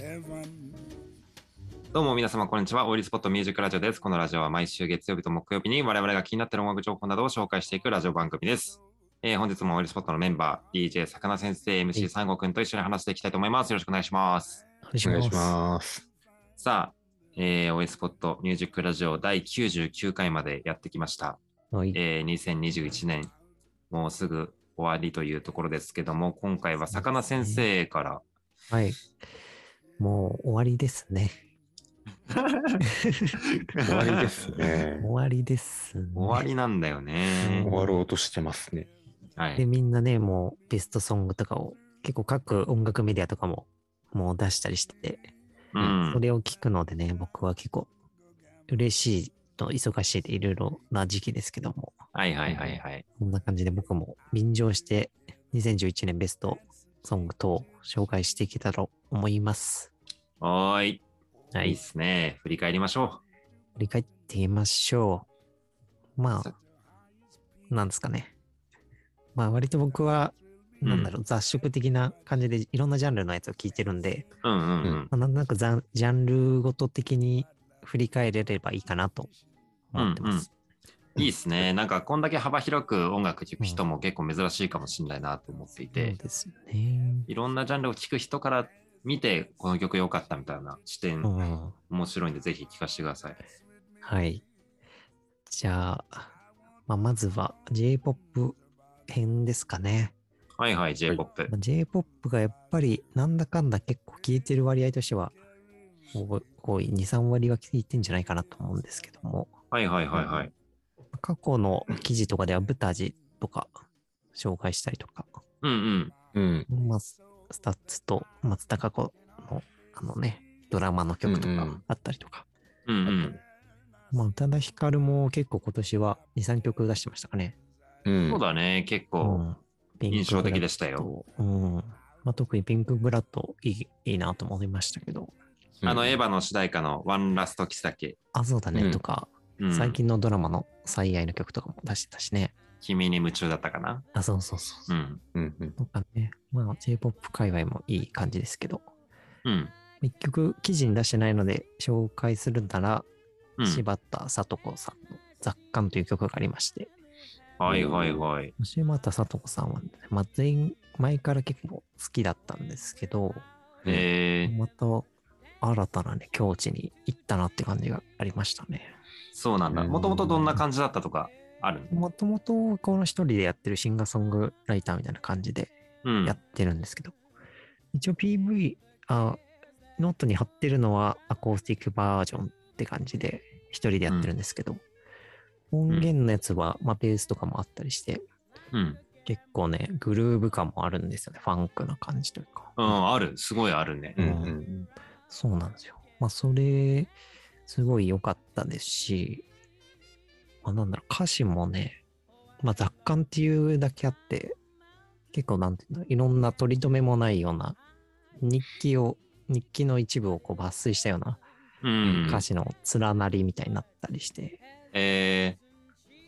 everyone. どうも皆様、こんにちは。オイルスポットミュージックラジオです。このラジオは毎週月曜日と木曜日に我々が気になっている音楽情報などを紹介していくラジオ番組です。えー本日もオイルスポットのメンバー、DJ さかな先生、MC 三悟くんと一緒に話していきたいと思います。よろしくお願いします。お願いしお願ます。いします。さあ、えー、オイルスポットミュージックラジオ第99回までやってきました。はい。えー2021年、もうすぐ終わりというところですけども、今回はさかな先生から、はい。もう終わりですね。終わりですね終。わりですね。終わりなんだよね終。わろうとしてますね。はで、い。みんなね、もうベストソングとかを結構各音楽メディアとかももう出したりしてて、うんそ。れを聞くのでね、僕は結構嬉しいと忙しいでいろいろな時期ですけども、はいはいはいはい。こんな感じで僕も便乗して2011年ベストソング等を紹介していけたらと思います。はーい。はいいいっ。すね。振り返りましょ振り返ってみましょう。まさあ、なんですかね。まあ、割と僕は、うんなんだろう、雑食的な感じでいろんなジャンルのやつを聞いてるんで、う。うんうんううんまん。あ、なんとなくざんジャンルごと的に振り返れればいいかなと思ってます。いいっすね。なんか、こんだけ幅広く音楽聴く人も結構珍しいかもしれないなと思っていそうて、ですよね。いろんなジャンルを聴く人から見て、この曲良かったみたいな視点、うん。面白いんで、ぜひ聴かせてください。はい。じゃあ、まあ、まずは J-POP 編ですかね。はいはい、J-POP。まあ J-POP がやっぱりなんだかんだ結構聞いてる割合としては多多い2、3割は聞いてんじゃないかなと思うんですけどもはいはいはいはい。過去の記事とかではブタジとか紹介したりとか、うんうん。うん。まあ、ススタッツと松たか子のあのねドラマの曲とうんうかんあったりとか、うんうん。まあ、宇多田ヒカルも結構今年は2、3曲出してましたかね。うん。そうだね、結う構。んピンク印象的でしたよブラッド。うんまあ、特にピンクブラッドいいいいなと思いましたけど。うんあの、エヴァの主題歌のワンラストキスだけ。あ、そうだね、うんとか、うん最近のドラマの最愛の曲とかも出してたしね。君に夢中だったかな。あ、そうそうそうう。ん。うんうん。とかね。まあ、J-POP 界隈もいい感じですけど。うん。一曲記事に出してないので紹介するなら、うん。柴田聡子さんの雑感という曲がありまして、はいはいはい。柴田聡子さんは、ね、まあ、全員前から結構好きだったんですけど、えー、また新たなね、境地に行ったなって感じがありましたね。そうなんだ。うんもともとどんな感じだったとかあるもともとこの一人でやってるシンガーソングライターみたいな感じで、うんや。ってるんですけど、一応 PV あノートに貼ってるのはアコースティックバージョンって感じで一人でやってるんですけど、音源のやつは、まあ、ベースとかもあったりしてうん。結構ねグルーヴ感もあるんですよねファンクな感じというか、うん、ある。すごいあるね。うんうん。そうなんですよまあそれすごい良かったですし、まあ、なんだろう歌詞もね、まあ、雑感っていうだけあって結構なんていうんだろういろんな取り留めもないような日記を日記の一部をこう抜粋したようなうん。歌詞の連なりみたいになったりして、え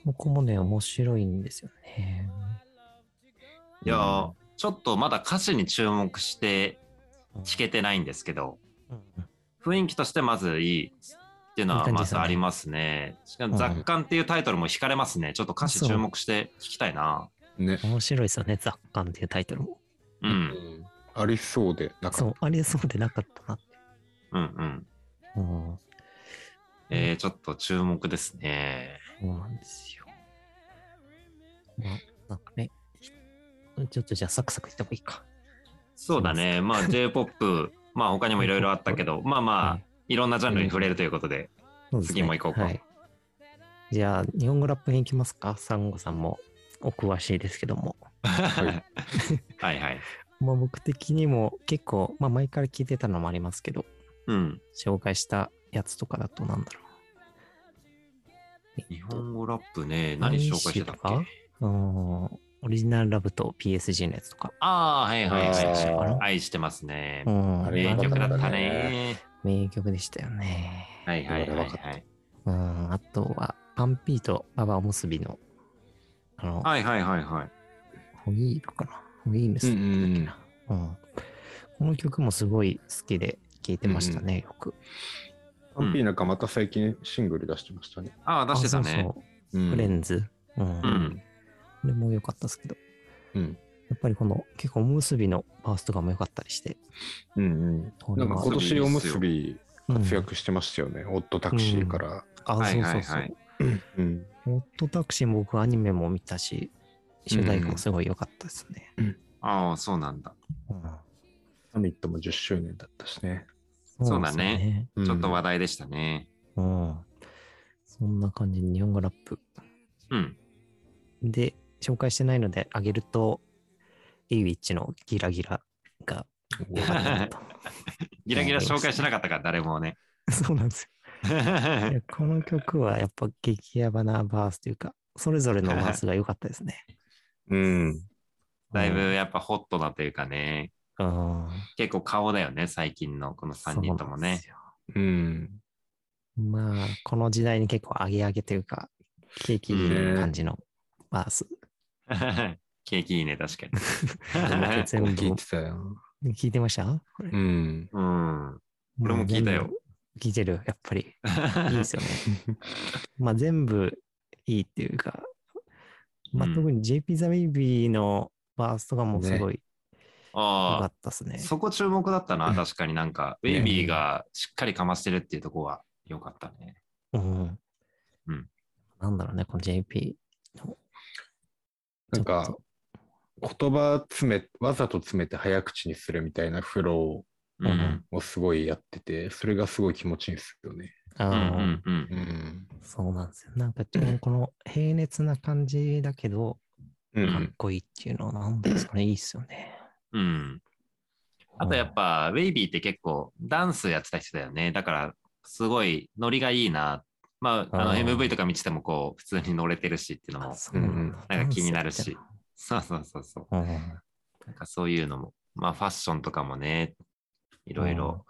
ここもね面白いんですよね。ー、いやー、ちょっとまだ歌詞に注目して聞けてないんですけど、雰囲気としてまずいいっていうのいいは感じまですずよねありますね。しかうもん雑感っていうタイトルも惹かれますね。ちょっと歌詞そう注目して聞きたいな。ね。面白いですよね「雑感」っていうタイトルも。う。うんん。ありそうで、なんそかうありそうでなかったなって。うんうん。うんえー、ちょっと注目ですね。そうなんですよ。まあ、なんかね、ちょっとじゃあサクサクいった方がいいか。そうだね。まあ J-POP、まあ他にもいろいろあったけど、まあまあ、 はいい、ろんなジャンルに触れるということで。そうですね次も行こうかはい。じゃあ、日本語ラップ編いきますか。サンゴさんもお詳しいですけども。はいいはいはい。まあ、僕的にも結構、まあ、前から聞いてたのもありますけど、うん。紹介したやつとかだとなんだろう。日本語ラップね、何紹介してたっけアイシうーん、オリジナルラブと PSG のやつとか。ああ、はいはいあはい。ー愛してますねう。ん、あれ名曲だったあれね。名曲でしたよね。はいはいはいあれはわかっい。うん、あとは、パンピーとババおむすびの、あの、はいはいはいはい。ホイールかなホイールスだっけな、うんこの曲もすごい好きで聞いてましたね、よく。アンピーなんかまた最近シングル出してましたね。ああ、出してたね。あそうそうう。んフレンズ。うん。うんこれも良かったですけど、うん。やっぱりこの結構おむすびのファーストとかも良かったりして。うんうん。なんか今年おむすびうん活躍してましたよね。オットタクシーから。あ、はいそうはそいうそ。はいううん。ホットタクシーも僕アニメも見たし、主題歌もすごい良かったですね。ああ、そうなんだ。サミットも10周年だったしね。そうだね。うんちょっと話題でしたね。うん。そんな感じで日本語ラップ。うん。で、紹介してないのであげると、イーウィッチのギラギラがお良かったなと。ギラギラ紹介しなかったから、誰もね。 そうなんですよ。いやこの曲はやっぱ激ヤバなバースというか、それぞれのバースが良かったで すね。うん。だいぶやっぱホットだというかね、うん、結構顔だよね、最近のこの3人ともね。うん。まあ、この時代に結構アゲアゲというか、景気いい感じのバース。 景気いいね、確かうん に。 全部聞いてたよ。聞いてましたこれうん。うん。俺も聞いたよ。聞いてる、やっぱり。いいですよね。まあ、全部いいっていうか、まあ、うん特に JP ザ・ベイビーのバースとかもすごい良 あかったですねあ、。そこ注目だったな、確かになんか、ベイビーがしっかりかましてるっていうとこは良かったね。うん。うんなんだろうね、この JP の。なんちかょっと、言葉詰め、わざと詰めて早口にするみたいなフロうん。うんーをすごいやってて、それがすごい気持ちいいんですよね。あうーんうんうん。そうなんですよ。なんか、この平熱な感じだけど、うかっん。こいいっていうのはなんですかね、いいっすよね。うん。あとやっぱ、ウェイビーって結構ダンスやってた人だよね。だから、すごいノリがいいな。まあ、あのあー MV とか見ててもこう、普通に乗れてるしっていうのあも、そうなんだ。なんか気になるダンスやしっ。そうそうそうそう。てたうんなんかそういうのも、まあファッションとかもね、いろいろ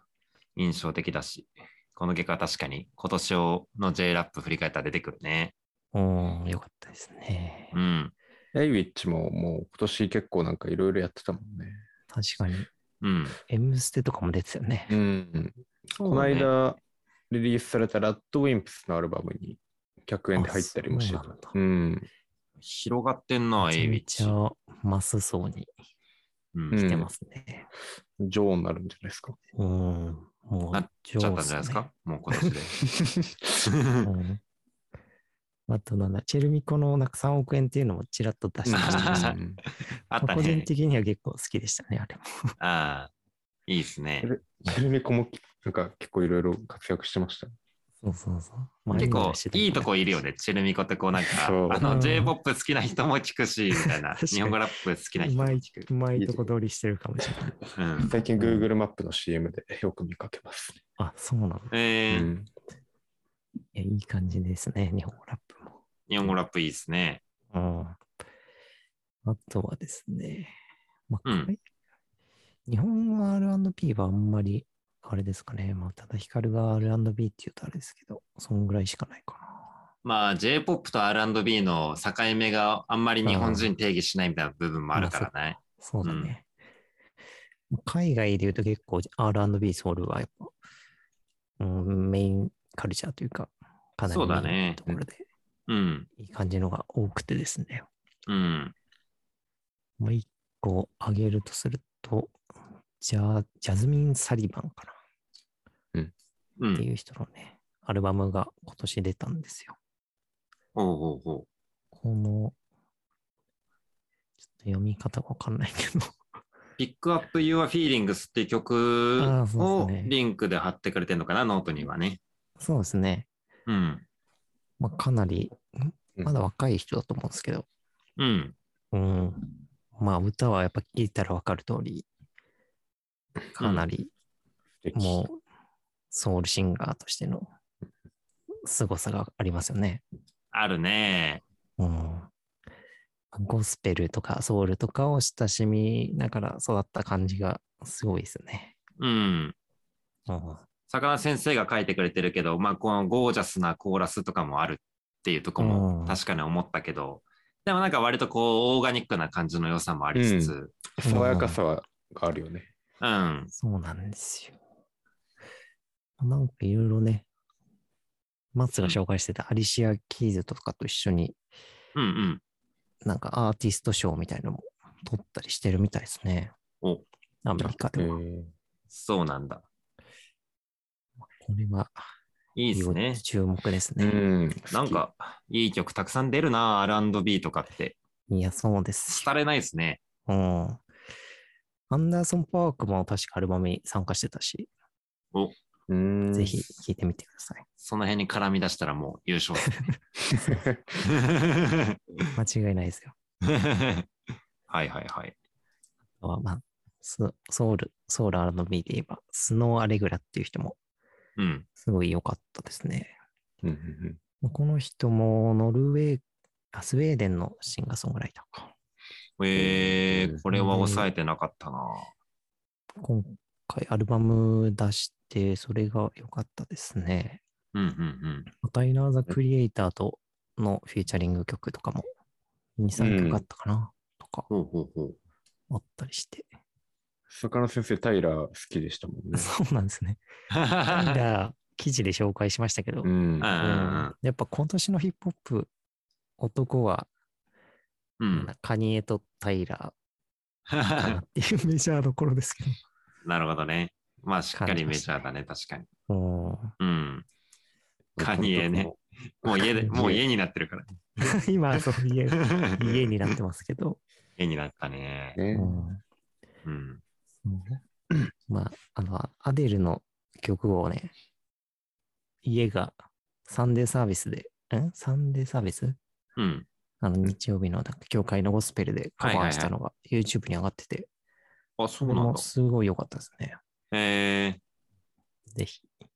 印象的だし、この結果は確かに今年をの J ラップ振り返ったら出てくるね。うん、よかったですね。うん。エイウィッチももう今年結構なんかいろいろやってたもんね。確かに。うん。 M ステとかも出てたよね。うん。この間、リリースされたラッドウィンプスのアルバムに100円で入ったりもしてあたそうなんだ。うん。広がってんな、エイビッチめち。ゃめちゃマス層にうん。うん来てますね。女王になるんじゃないですか。うん。もうなっ上ち手ゃっね、ったんじゃないですかもう今年で。。うんあとなんだ、チェルミコのなんか3億円っていうのもちらっと出してましたし あった個人ね。的には結構好きでしたね、あれも。ああ、いいですね。ヘルメコもなんか結構いろいろ活躍してました。そうそうそう。結構いいとこいるよ。ね。チェルミコってこうなんか、そうあうのん J-POP 好きな人も聞くし、みたいな。 確かに日本語ラップ好きなう人もまい聞く。、うまいとこ通りしてるかもしれない。うん。最近 Google マップの CM でよく見かけます。あ、そうなんだ。うえーん。いやいい感じですね、日本語ラップも。日本語ラップいいですね。うんあとはですね、まあうんこれ日本語 R&B はあんまり、あれですかね、まあ、ただヒカルが R&B っていうとあれですけど、そんぐらいしかないかまあ J-POP と R&B の境目があんまり日本人定義しないみたいな部分もあるからね。な。そうだね。海外で言うと結構 R&B ソウルはやっぱ、うん、メインカルチャーというか、かなりそうだねいいところで、うん。いい感じのが多くてですね。うん。まあ、一個挙げるとすると、じゃあ、ジャズミン・サリバンかな。うってん。いう人のね、アルバムが今年出たんですよ。ほうほうほこの、ちょっと読み方がわかんないけど、う。ピックアップ Your Feelings っていう曲あーそうをですねリンクで貼ってくれてるのかな、ノートにはね。そうですね。うん。まあ、かなり、うんまだ若い人だと思うんですけど、うん。うん。まあ、歌はやっぱ聞いたらわかる通り、かなり、もう、ソウルシンガーとしての凄さがありますよね。あるね。うん。ゴスペルとかソウルとかを親しみながら育った感じがすごいですね。うん。うん。魚先生が書いてくれてるけど、まあ、このゴージャスなコーラスとかもあるっていうとこうもん確かに思ったけど、でもなんか割とこうオーガニックな感じの良さもありつつ、爽やかさはがあるよね。うん、そうなんですよ。なんかいろいろね、マッツが紹介してたアリシア・キーズとかと一緒に、うんうん。なんかアーティスト賞みたいのも取ったりしてるみたいですね。おアメリカでは。えそうなんだ。これはいいですね要。注目ですーうね。ん。なんか、いい曲たくさん出るな、R&B とかって。いや、そうですよ。廃れないですね。うん。アンダーソン・パークも確かアルバムに参加してたし、好き、うんぜひ。聴いてみてください。その辺に絡み出したらもう優勝ですね。間違いないですよ。 はいはいはい。あとはまあ、スソウル、ソウル R&B で言えば、スノー・アレグラっていう人もうん。すごい良かったですね。 うんうんこの人もノルウェー、あスウェーデンのシンガーソングライターか。えうー、んこれは抑えてなかったな。今回アルバム出して、それが良かったですね。うんうんタイラー・ザ・クリエイターとのフィーチャリング曲とかも、2、3曲あったかな、とか、うん。ほうほうほ う。あったりして。魚先生、タイラー好きでしたもんね。そうなんですね。タイラー、記事で紹介しましたけど、ううんん。うんやっぱ今年のヒップホップ、男は、うんうん。カニエとタイラーかうなんっていうメジャーどころですけなるほどね。まあ、しっかりメジャーだね、確かに。ど。うんうん。カニエね。もう家で、カニエもう家になってるから。 今、そう家、家になってますけど。家になったね。ねうんうん。まあ、あの、アデルの曲をね、家がサンデーサービスで、んサンデーサービスうん。あの、日曜日のなんか教会のゴスペルでカバーしたのが YouTube に上がってて、あ、そこうれなんもだ。すごい良かったですね。えぜひ。ー、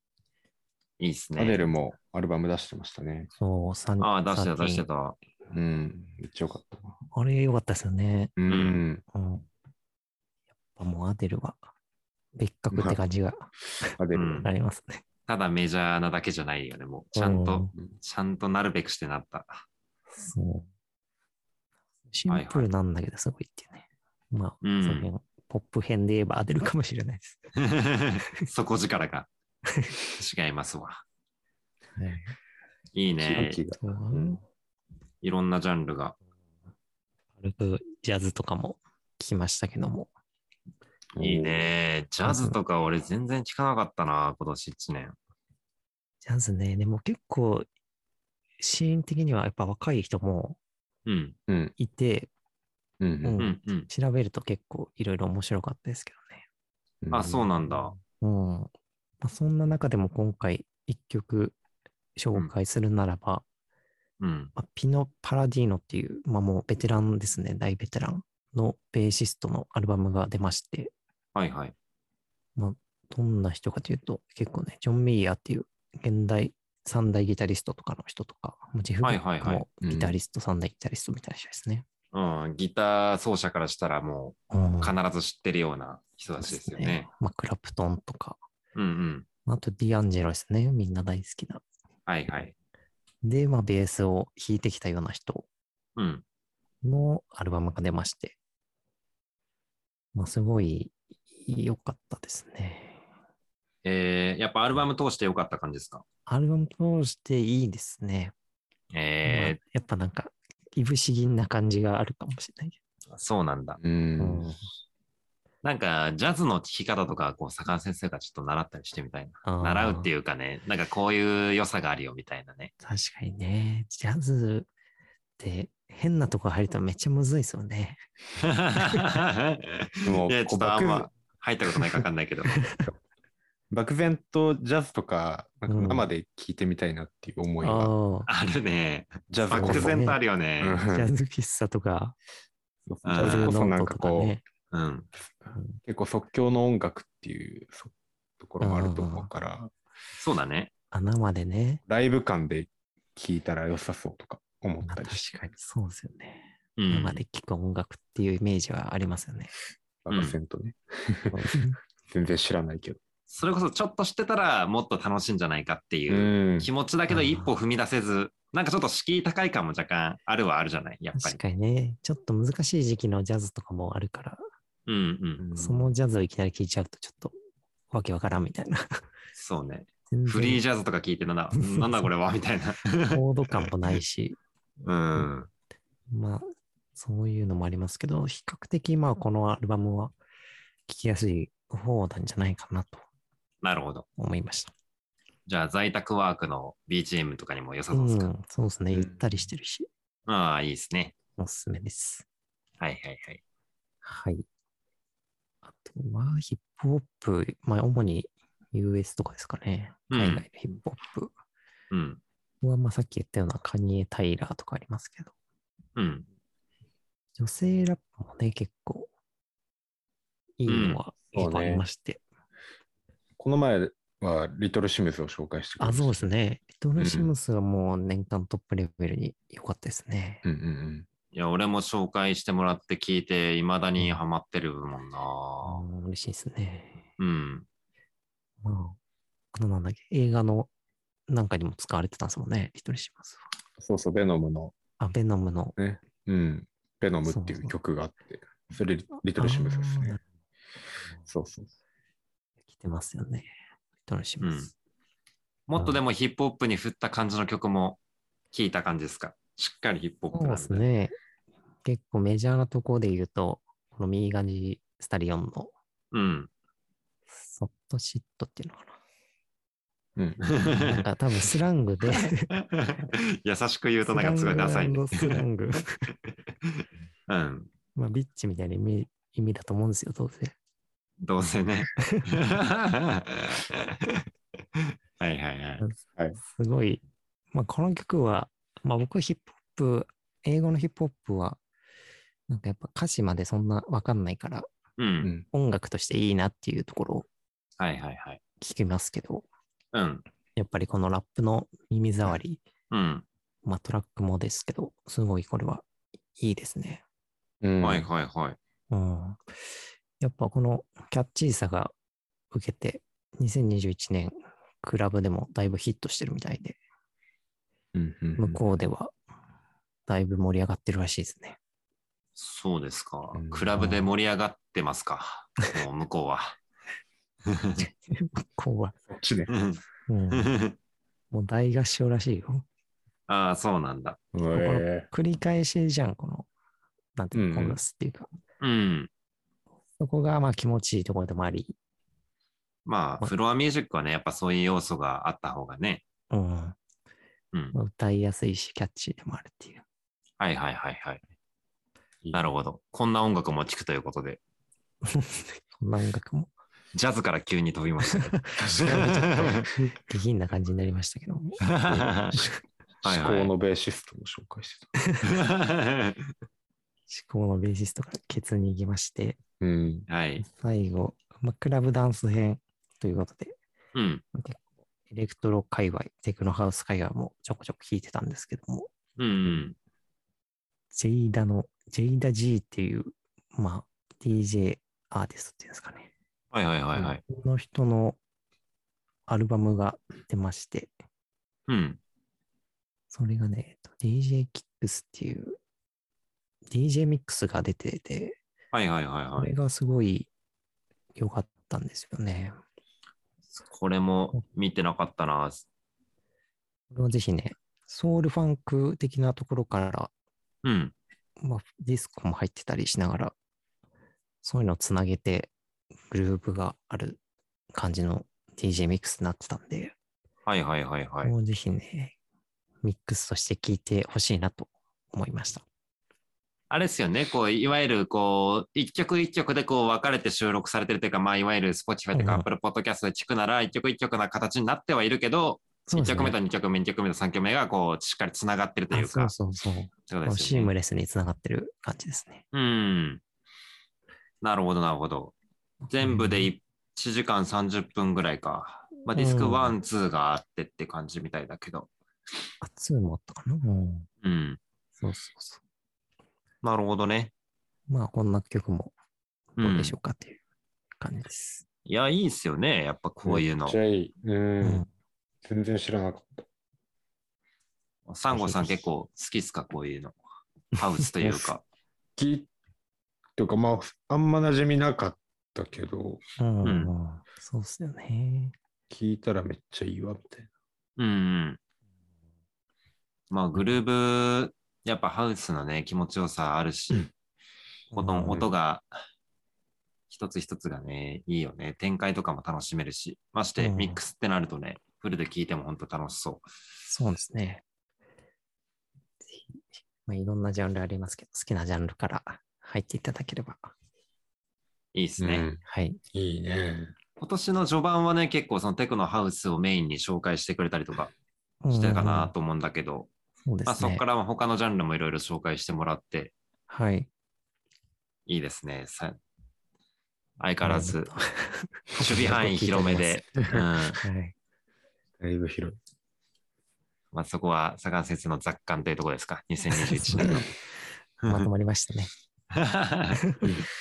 いいっすアデね。ルもアルバム出してましたね。そう、サンああ、出してた、出して13た。うん。めっちゃよかったな。あれ良かったですよね。うん。うん。やっぱもうアデルは別格って感じがアデル。うんありますね。ただメジャーなだけじゃないよね、もう。ちゃんうと、ちゃんとなるべくしてなった。そう。シンプルなんだけど、すごいっていうね。まあ、うんその辺、ポップ編で言えば当てるかもしれないです。 底力が。違いますわ。はいいいね。秋が。そううんいろんなジャンルが。 軽くジャズとかも聞きましたけども。いい。ね。ジャズとか俺全然聞かなかったな、今年1年。ジャズね、でも結構、シーン的にはやっぱ若い人もうん。うん。いて、ううんん。うんうん。調べると結構いろいろ面白かったですけどね。うんあ、そうなんだ。。うん。まあ、そんな中でも今回一曲紹介するならば、うん。まあピノ・パラディーノっていう、まあ、もうベテランですね、大ベテランのベーシストのアルバムが出まして、はいはい。どんな人かというと、結構ね、ジョン・メイヤーっていう現代三大ギタリストとかの人とか、もうジェフ・はベいはいックはいもギタリスト、三大ギタリストみたいな人ですね。うん。ギター奏者からしたらもうんう必ず知ってるような人たちですよね。。まあ、クラプトンとか、うんうん。あとディアンジェロですね、みんな大好きな。はいはい。で、まあ、ベースを弾いてきたような人うん。のアルバムが出まして、まあ、すごい良かったですね。えー、やっぱアルバム通してよかった感じですかアルバム通していいですね。えまあやっぱなんか、いぶし銀な感じがあるかもしれないけー、そうなんだ。うど。ん。なんか、ジャズの聴き方とか、こう、坂先生がちょっと習ったりしてみたいな。習うっていう。いうかね、なんかこういう良さがあるよみたいなね。 確かにね。ジャズって変なとこ入るとめっちゃむずいですよね。でもいや、ちょっとあんま入ったことないかわかんないけど。漠然とジャズとか、なんかうん生で聴いてみたいなっていう思いが、 あああるね。ジャズこ漠そ、然とあるよね。うんジャズ喫茶とか、ジうんャズこそなんノーかトとかこね。うん。う、結構即興の音楽っていうそところもあると思うから、そうだね。あ生でね。ライブ感で聴いたら良さそうとか思っまあたり確して、かにそうですよね。うん生。で聴く音楽っていうイメージはありますよ ね。に漠然とね、全然知らないけど。それこそちょっと知ってたらもっと楽しいんじゃないかっていううん気持ちだけど一歩踏み出せず、なんかちょっと敷居高い感も若干あるはあるじゃないやっぱ 確り。かにね。ちょっと難しい時期のジャズとかもあるから、うんうん。そのジャズをいきなり聴いちゃうと、ちょっと、わけわからんみたいな。そうね。フリージャズとか聞いてなんだ、なんだこれはみたいな。 コード感もないし、うん。まあ、そういうのもありますけど、比較的、まあ、このアルバムは聴きやすい方なんじゃないかなとなるほど。思いました。じゃあ、在宅ワークの BGM とかにも良さうそうですか。ん、そうですね。うんゆったりしてるし、ああ、いいですね。おすすめです。はいはいはい。はい。あとは、ヒップホップ、まあ、主に US とかですかね。うん海外のヒップホッうん。プは、まあ、さっき言ったようなカニエ・タイラーとかありますけど、うん。女性ラップもね、結構、いいのはうん結構ありまして。この前はリトルシムズを紹介してくれあ、ましたそうですね。リトうル・んシムスはもう年間トップレベルに良かったですね。うんうんいや、俺も紹介してもらって聞いて、未だにハマってるもんあな。あ、嬉しいですね。うん。まあ、あの、なんだっけ、映画のなんかにも使われてたんですもんね、リトル・シムスは。そうそう、ベノムの、あ、ベノムのうん、ベノムっていそううそう曲があって、それリリトルシムズですね。そうそう。来てますよね。楽しみです。もっとでもヒップホップに振った感じの曲も聞いた感じですか。しっかりヒップホップそうなでんす。ね。結構メジャーなところで言うと、この右側にスタリオンのうん。 ソットシットっていうのかうん。な。なんか多分スラングで優しく言うとなんかすごいダサいね。スラング。スランうグん。まあ、ビッチみたいな意味意味だと思うんですよ、どうせ。どうせね。 はいはいはい。はいすごい。まあ、この曲は、まあ僕ヒップホップ、英語のヒップホップは、なんかやっぱ歌詞までそんなわかんないから、う。うんん。音楽としていいなっていうところをはいはいはい。聞きますけど、うん。やっぱりこのラップの耳障り、うん。まあトラックもですけど、すごいこれはいいですね。うんはいはいはい。うん。やっぱこのキャッチーさが受けて、2021年、クラブでもだいぶヒットしてるみたいで、うんうんうん向こうではだいぶ盛り上がってるらしいですね。そうですかうん。クラブで盛り上がってますか。もう向こうは。向こうは。そっちね。うん。もう大合唱らしいよ。 ああ、そうなんだ。うえ繰り返しじゃん、この、なんていうの、うんうコんーラスっていうか。うん。そこがまあ気持ちいいところでもあり、まあ、フロアミュージックはね、やっぱそういう要素があった方がね。うん。うん。まあ歌いやすいし、キャッチーでもあるっていう。はいはいはいはい。いいなるほど。こんな音楽も聴くということで、こんな音楽もジャズから急に飛びましたね。下品な感じになりましたけども。 はい思はい考のベーシストも紹介してた。思考のベーシストからケツに行きまして、うん。はい。最後、まあ、クラブダンス編ということで、うん。エレクトロ界隈、テクノハウス界隈もちょこちょこ弾いてたんですけども、うんうん。ジェイダの、ジェイダ G っていう、まあ、DJ アーティストっていうんですかね。はいはいはいはい。この人のアルバムが出まして、うん。それがね、えっと DJ キックスっていう、DJ ミックスが出てて、はいはいはいこはれい。がすごい良かったんですよね。これも見てなかったな。これはぜひね、ソウルファンク的なところから、うん。まあ、ディスコも入ってたりしながら、そういうのをつなげて、グループがある感じの DJ ミックスになってたんで、はいはいはいはい。もうぜひね、ミックスとして聴いてほしいなと思いました。あれですよね。こう、いわゆる、こう、一曲一曲でこう分かれて収録されてるというか、まあ、いわゆる Spotify とうんかうん Apple Podcast で聞くなら、一曲一曲な形になってはいるけど、そう1ですね曲目と2曲目、2曲目と3曲目が、こう、しっかりつながってるというあか、そうそうそう。そうまあですシよームね。レスにつながってる感じですね。うん。なるほど、なるほど。全部でうん1時間30分ぐらいか。まあ、ディスクうん1、2があってって感じみたいだけど。あ、2もあったかな、うん、うん。そうそうそなるほどね。う。まあ、こんな曲もどうでしょううかっていう感じです。んいや、いいっすよね。やっぱこういうのめっ。ちゃいい。ううんん。全然知らなかった。サンゴさん結構好きっすか、こういうの。ハウスというか。きというか、まあ、あんま馴染みなかったけど、うんうんそうっすよね。聞いたらめっちゃいいわ、みたいな。うんうん。まあ、グルーブ、やっぱハウスのね、気持ちよさあるし、音うん音が、一つ一つがね、いいよね。展開とかも楽しめるし、まして、うんミックスってなるとね、フルで聴いても本当楽しそそうですね。ぜひまあ、いろんなジャンルありますけど、好きなジャンルから入っていただければ。う。いいですね。うんはい。いいね。今年の序盤はね、結構そのテクノハウスをメインに紹介してくれたりとかしてたかなと思うんだけど、うんうん。そうですね。まあ、そこからは他のジャンルもいろいろ紹介してもらって、はい。いいですね。さ相変わらず、守備範囲広め で、うんはい。だいぶ広い。まあ、そこは坂田先生の雑感というところ ですか、2021年の。 まとまりましたね。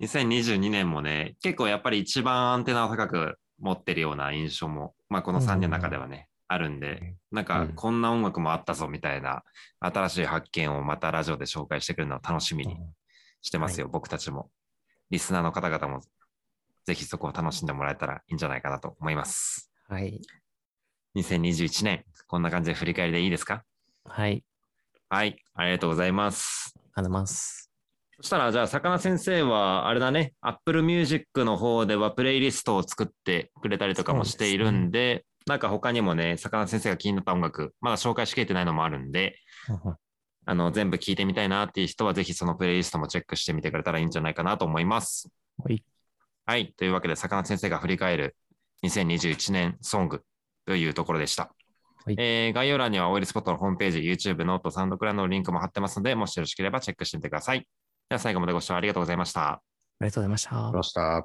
2022年もね、結構やっぱり一番アンテナを高く持ってるような印象も、まあ、この3人の中ではね、あるんで、なんかうんこんな音楽もあったぞみたいな、新しい発見をまたラジオで紹介してくれるのを楽しみにしてますよ、僕たちも。リスナーの方々も、ぜひそこを楽しんでもらえたらいいんじゃないかなと思います。はい。 2021年、こんな感じで振り返りでいいですかはい。はい、ありがとうございます。ありがとうございます。そしたら、じゃあ、魚先生は、あれだね、Apple Music の方ではプレイリストを作ってくれたりとかもしているんで、なんか他にもね、魚先生が気になった音楽、まだ紹介しきれてないのもあるんで、うんうんあの、全部聞いてみたいなっていう人は、ぜひそのプレイリストもチェックしてみてくれたらいいんじゃないかなと思います。はい。はい。というわけで、魚先生が振り返る2021年ソングというところでした。はいえー概要欄にはオイルスポットのホームページ、YouTube、ノート、サウンドクラウドのリンクも貼ってますので、もしよろしければチェックしてみてください。では最後までご視聴ありがとうございました。ありがとうございましたど。うした